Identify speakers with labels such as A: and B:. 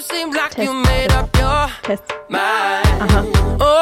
A: seem like
B: Test,
A: you made
B: test.
A: up your
B: Test.
A: mind. Oh,
B: Uh-huh.